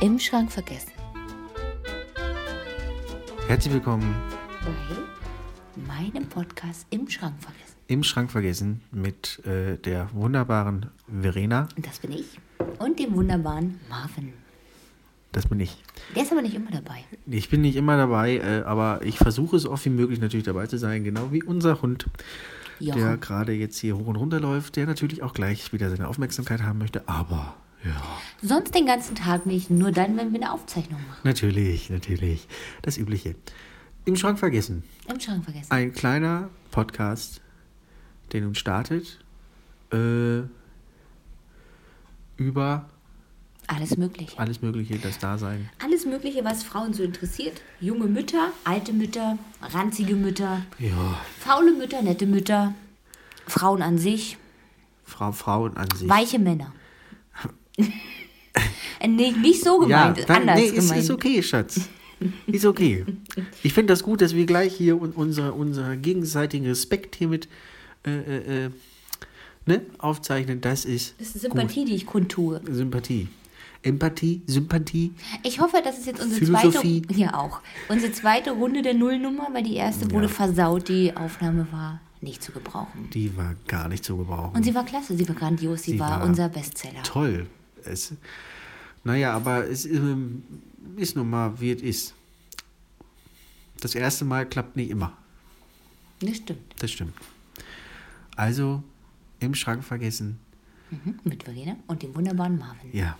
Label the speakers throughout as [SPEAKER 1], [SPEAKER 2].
[SPEAKER 1] im Schrank vergessen.
[SPEAKER 2] Herzlich willkommen
[SPEAKER 1] Bei meinem Podcast im Schrank vergessen.
[SPEAKER 2] im Schrank vergessen mit äh, der wunderbaren Verena.
[SPEAKER 1] Und das bin ich. Und dem wunderbaren Marvin.
[SPEAKER 2] Das bin ich.
[SPEAKER 1] Der ist aber nicht immer dabei.
[SPEAKER 2] Ich bin nicht immer dabei, äh, aber ich versuche so oft wie möglich natürlich dabei zu sein, genau wie unser Hund,
[SPEAKER 1] Ja.
[SPEAKER 2] der gerade jetzt hier hoch und runter läuft, der natürlich auch gleich wieder seine Aufmerksamkeit haben möchte. Aber ja,
[SPEAKER 1] Sonst den ganzen Tag nicht, nur dann, wenn wir eine Aufzeichnung machen.
[SPEAKER 2] natürlich, natürlich. Das Übliche. Im Schrank vergessen.
[SPEAKER 1] Im Schrank vergessen.
[SPEAKER 2] Ein kleiner Podcast, der nun startet, äh, über
[SPEAKER 1] Alles Mögliche.
[SPEAKER 2] alles Mögliche, das Dasein.
[SPEAKER 1] Alles Mögliche, was Frauen so interessiert. Junge Mütter, alte Mütter, ranzige Mütter,
[SPEAKER 2] Ja,
[SPEAKER 1] faule Mütter, nette Mütter, Frauen an sich,
[SPEAKER 2] Frau, Frauen an sich.
[SPEAKER 1] weiche Männer. Äh, nee, nicht so gemeint,
[SPEAKER 2] dann-
[SPEAKER 1] anders
[SPEAKER 2] nee,
[SPEAKER 1] gemeint.
[SPEAKER 2] ist, ist okay, Schatz. Ist okay. Ich finde das gut, dass wir gleich hier un unser, unser gegenseitigen Respekt hiermit äh, äh, äh, ne, aufzeichnen. Das ist
[SPEAKER 1] Das ist Sympathie, die ich kundtue.
[SPEAKER 2] gut. Sympathie. Empathie, Sympathie.
[SPEAKER 1] Ich hoffe, das ist jetzt unsere
[SPEAKER 2] Philosophie.
[SPEAKER 1] zweite ja auch. Unsere zweite Runde der Nullnummer, weil die erste wurde versaut, die Aufnahme war nicht zu gebrauchen.
[SPEAKER 2] Die war gar nicht zu gebrauchen.
[SPEAKER 1] Und sie war klasse, sie war grandios, sie,
[SPEAKER 2] Sie
[SPEAKER 1] war,
[SPEAKER 2] war
[SPEAKER 1] unser Bestseller.
[SPEAKER 2] Toll. Es, naja, aber es ähm, ist nun mal, wie es ist. Das erste Mal klappt nicht immer.
[SPEAKER 1] Das stimmt.
[SPEAKER 2] Das stimmt. Also im Schrank vergessen.
[SPEAKER 1] Mhm. Mit Verena und dem wunderbaren Marvin.
[SPEAKER 2] Ja.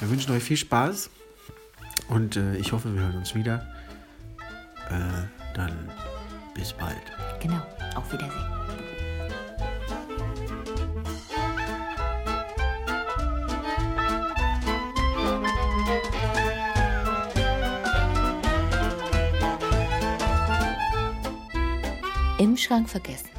[SPEAKER 2] Wir wünschen euch viel Spaß und äh, ich hoffe, wir hören uns wieder. Äh, dann bis bald.
[SPEAKER 1] Genau. Auf Wiedersehen. Im Schrank vergessen.